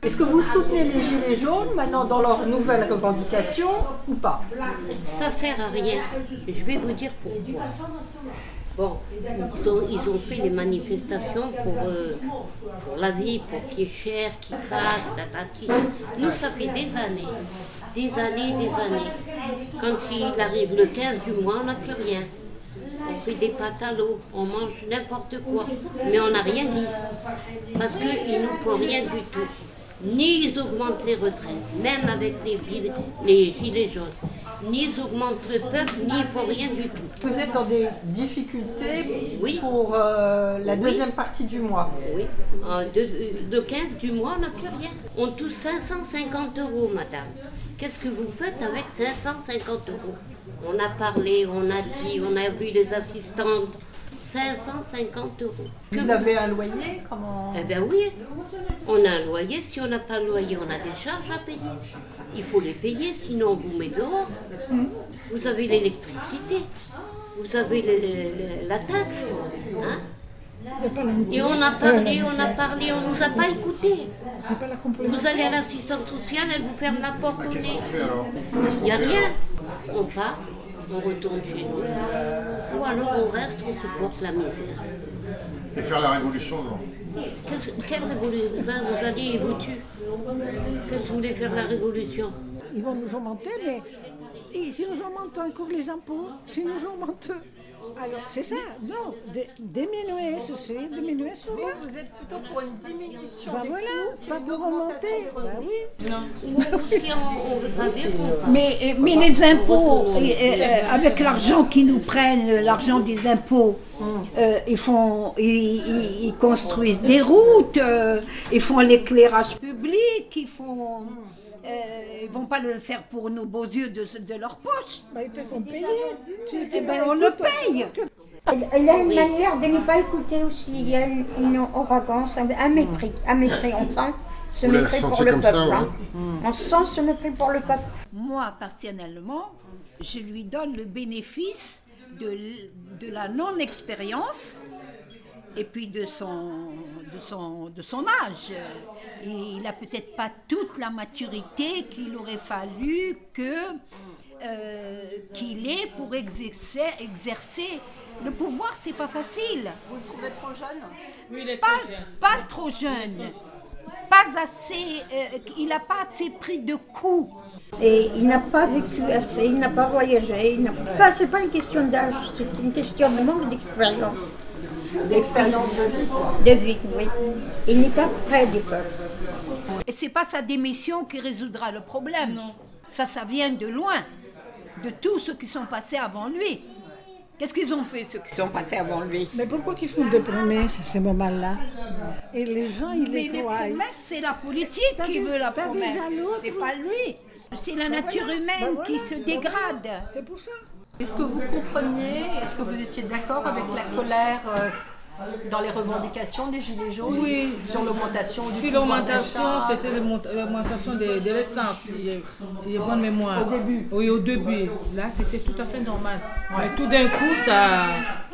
Est-ce que vous soutenez les Gilets jaunes maintenant dans leurs nouvelles revendications ou pas Ça sert à rien. Je vais vous dire pourquoi. Bon, ils ont, ils ont fait les manifestations pour, euh, pour la vie, pour qui est cher, qui passe, tatati. Nous, ça fait des années, des années, des années. Quand il arrive le 15 du mois, on n'a plus rien. On fait des pâtes à l'eau, on mange n'importe quoi, mais on n'a rien dit. Parce qu'ils ne nous font rien du tout. Ni ils augmentent les retraites, même avec les, gilets- les gilets jaunes. Ni ils augmentent le peuple, ni ils font rien du tout. Vous êtes dans des difficultés Oui. pour euh, la deuxième partie du mois. Oui, Euh, de, de 15 du mois, on n'a plus rien. On touche 550 euros, madame. Qu'est-ce que vous faites avec 550 euros On a parlé, on a dit, on a vu les assistantes. 550 euros. Que Vous avez un loyer Comment eh bien oui, on a un loyer, si on n'a pas de loyer, on a des charges à payer. Il faut les payer, sinon on vous met dehors. Vous avez l'électricité, vous avez le- le- le- la taxe. hein. Et on a parlé, on a parlé, on nous a pas écoutés. Vous allez à l'assistante sociale, elle vous ferme la porte au Qu'est-ce nez. qu'on fait alors Qu'est-ce Il qu'on n'y a fait rien. alors On part, on retourne chez nous. Ou alors on reste, on supporte la misère. Et faire la révolution, non Qu'est-ce- Quelle révolution vous allez et vous tue Que vous voulez faire la révolution Ils vont nous augmenter, mais et si nous augmentons encore les impôts, si nous augmentons. Alors, c'est ça, non, dé- diminuer ceci, diminuer cela. Vous, vous êtes plutôt pour une diminution Ben des voilà, coûts pas qu'une pour augmentation augmenter. des Ben revenus. oui. Ou si on, on veut pas dire qu'on part. Mais, mais les impôts, et- et, euh, avec l'argent qu'ils nous prennent, euh, l'argent des impôts, euh, ils, font, ils, ils- ils construisent des routes, euh, ils font l'éclairage public, ils font... euh, ils vont pas le faire pour nos beaux yeux de, de leur poche. Ben, ils te font payer. Tu bah Eh ben, on le paye. Il y a une manière de ne pas écouter aussi. Il y a une, une arrogance, un un mépris, un mépris. On sent ce Vous l'avez mépris pour ressenti le comme peuple. ça, hein. On sent ce mépris pour le peuple. Moi, personnellement, je lui donne le bénéfice de, l- de la non-expérience et puis de son, de son, de son âge. Il n'a peut-être pas toute la maturité qu'il aurait fallu que, euh, qu'il ait pour exercer, exercer. Le pouvoir, c'est pas facile. Vous le trouvez trop jeune Pas, pas trop jeune. Pas assez, euh, il n'a pas assez pris de coups. Et il n'a pas vécu assez, il n'a pas voyagé. Il n'a pas. C'est pas une question d'âge, c'est une question de manque d'expérience, D'expérience de vie, quoi. de vie. Oui. Il n'est pas près du peuple. Et c'est pas sa démission qui résoudra le problème. Ça, ça vient de loin, de tous ceux qui sont passés avant lui. Qu'est-ce qu'ils ont fait, ceux qui sont passés avant lui Mais pourquoi qu'ils font des promesses à ce moment-là Et les gens, ils Mais les les croient. promesses, c'est la politique T'as qui des- veut la t'as des promesse. jaloux, C'est toi. pas lui. C'est la Ben nature voilà, humaine ben qui voilà, se ben dégrade. C'est pour ça. Est-ce que vous compreniez, est-ce que vous étiez d'accord avec la colère euh, dans les revendications des Gilets jaunes Oui. sur l'augmentation du Si pouvoir l'augmentation, d'achat c'était le mont- l'augmentation de, de l'essence, si j'ai si j'ai bonne mémoire. Au début. Oui, au début. Là, c'était tout à fait normal. Mais tout d'un coup, ça,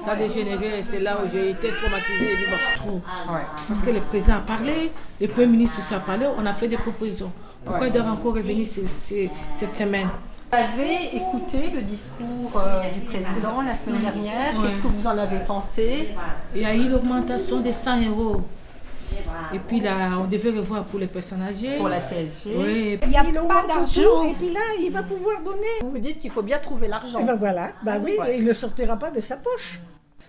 ça a dégénéré et c'est là où j'ai été traumatisée. J'ai dit, bon, trop. Parce que le président a parlé, le premier ministre aussi a parlé, on a fait des propositions. Pourquoi ils doivent encore revenir ce- ce- cette semaine Vous avez écouté le discours euh, du président la semaine dernière. Qu'est-ce que vous en avez pensé Il y a eu l'augmentation de 100 euros. Et puis là, on devait revoir pour les personnes âgées. pour la CSG Oui, Il n'y a Ils pas augmentent tout, et d'argent. puis là, il va pouvoir donner. Vous vous dites qu'il faut bien trouver l'argent. Eh ben voilà, bah oui, Ouais. il ne sortira pas de sa poche.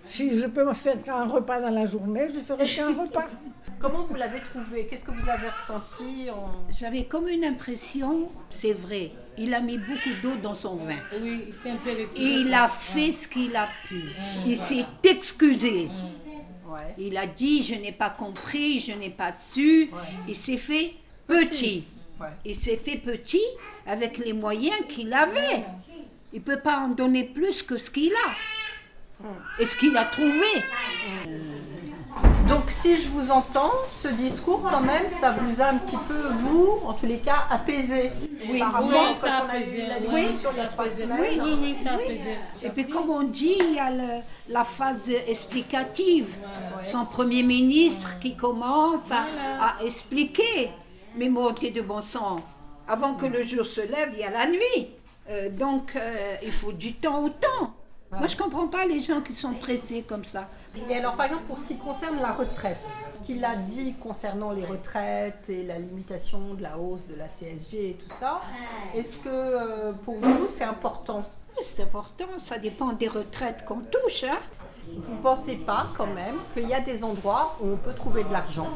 Si je peux me faire qu'un repas dans la journée, je ferai qu'un repas. Comment vous l'avez trouvé Qu'est-ce que vous avez ressenti en- J'avais comme une impression, c'est vrai, il a mis beaucoup d'eau dans son vin. oui c'est un peu Il a fait ce qu'il a pu. Il s'est excusé. Ouais. Il a dit je n'ai pas compris, je n'ai pas su. Il s'est fait petit. Ouais. Il s'est fait petit avec les moyens qu'il avait. Il peut pas en donner plus que ce qu'il a. Et ce qu'il a trouvé. Donc si je vous entends, ce discours quand même, ça vous a un petit peu, vous, en tous les cas, apaisé. Oui, par oui, rapport à ça a quand on a eu apaisé, la oui. discussion il y a trois semaines. Oui, Oui, oui, ça a pesé. Et puis comme on dit, il y a le- la phase explicative. Son Premier ministre qui commence à, à expliquer. Mais montez de bon sang, avant que le jour se lève, il y a la nuit. Euh, donc, euh, il faut du temps au temps. Moi, je comprends pas les gens qui sont pressés comme ça. Et alors, par exemple, pour ce qui concerne la retraite, ce qu'il a dit concernant les retraites et la limitation de la hausse de la CSG et tout ça, est-ce que euh, pour vous, c'est important C'est important, ça dépend des retraites qu'on touche. hein. Vous ne pensez pas quand même qu'il y a des endroits où on peut trouver de l'argent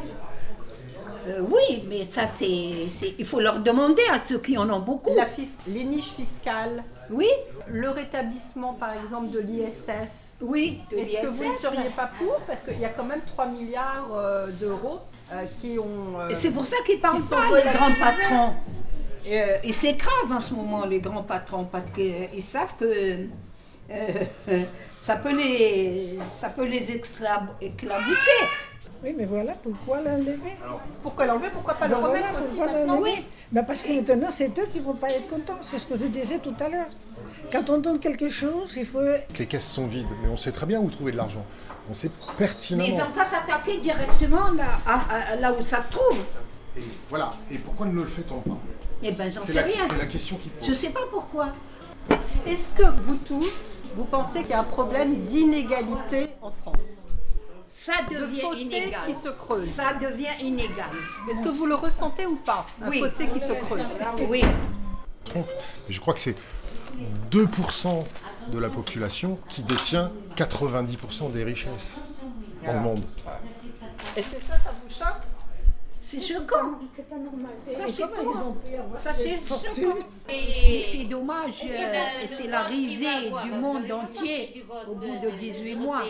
Euh, oui, mais ça, c'est, c'est- il faut leur demander à ceux qui en ont beaucoup. La fis- Les niches fiscales, Oui, le rétablissement par exemple de l'ISF, oui. de est-ce que vous ne l'ISF. seriez pas pour Parce qu'il y a quand même 3 milliards euh, d'euros euh, qui ont... euh, Et C'est pour ça qu'ils parlent Ils sont pas, les grands volatilisés. patrons. Euh, ils s'écrasent en ce moment, les grands patrons, parce qu'ils savent que euh, ça, peut les, ça peut les exclab- éclabousser. Oui, mais voilà pourquoi l'enlever. Pourquoi l'enlever Pourquoi pas le Ben voilà remettre aussi pourquoi maintenant l'enlever. Ben parce que maintenant, c'est eux qui vont pas être contents. C'est ce que je disais tout à l'heure. Quand on donne quelque chose, il faut Les caisses sont vides, mais on sait très bien où trouver de l'argent. On sait pertinemment. Mais ils n'ont qu'à s'attaquer directement là, à- à- là où ça se trouve. Et voilà. Et pourquoi ne le fait-on pas Eh bien, j'en C'est sais la, rien. c'est la question qui Je ne pose. sais pas pourquoi. Est-ce que vous toutes, vous pensez qu'il y a un problème d'inégalité en France Ça De devient fossés inégal. qui se creusent. Ça devient inégal. Est-ce que vous le ressentez ou pas Un Oui. fossé qui se creuse. Ah Oui. Je crois que c'est 2% de la population qui détient 90% des richesses dans le monde. Est-ce que ça, ça vous choque C'est choquant. C'est pas normal. Ça, Et c'est comment con. ils ont pu avoir Ça, cette c'est fortune choquant. Mais C'est dommage, euh, et c'est la risée du monde entier au bout de 18 mois.